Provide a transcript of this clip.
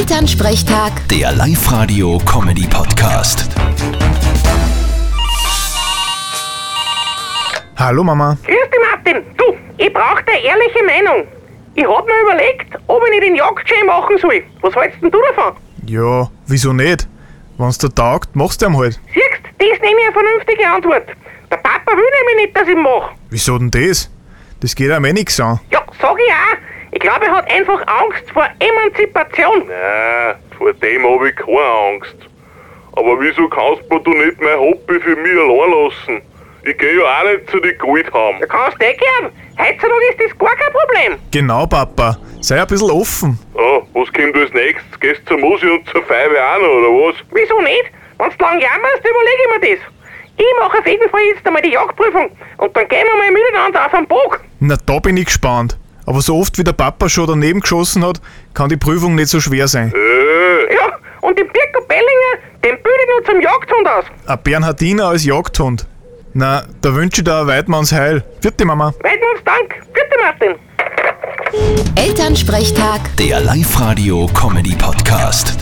Elternsprechtag, Der Live-Radio-Comedy-Podcast. Hallo Mama. Grüß dich, Martin. Du, ich brauche deine ehrliche Meinung. Ich hab mir überlegt, ob ich nicht den Jagdschein machen soll. Was hältst denn du davon? Ja, wieso nicht? Wenn's dir taugt, machst du ihm halt. Siehst, das nehme ich eine vernünftige Antwort. Der Papa will nämlich nicht, dass ich mache. Wieso denn das? Das geht einem eh nix an. Ja, sag ich auch. Ich glaube, er hat einfach Angst vor Emanzipation. Nein, vor dem habe ich keine Angst. Aber wieso kannst mir du nicht mein Hobby für mich allein lassen? Ich gehe ja auch nicht zu den Goldhaben. Da kannst du eh gern. Heutzutage ist das gar kein Problem. Genau, Papa. Sei ein bisschen offen. Ah, was kommt als nächstes? Gehst zur Musi und zur Feibe auch noch, oder was? Wieso nicht? Wenn du lang jammerst, überlege ich mir das. Ich mache auf jeden Fall jetzt einmal die Jagdprüfung und dann gehen wir mal miteinander auf den Bock. Na, da bin ich gespannt. Aber so oft wie der Papa schon daneben geschossen hat, kann die Prüfung nicht so schwer sein. Äh, Ja, und den Birko Bellinger, den bilde ich nur zum Jagdhund aus. Ein Bernhardiner als Jagdhund. Na, da wünsche ich dir ein Weidmanns Heil. Vierte Mama. Weiten uns Dank. Bitte, Martin. Elternsprechtag. Der Live-Radio-Comedy-Podcast.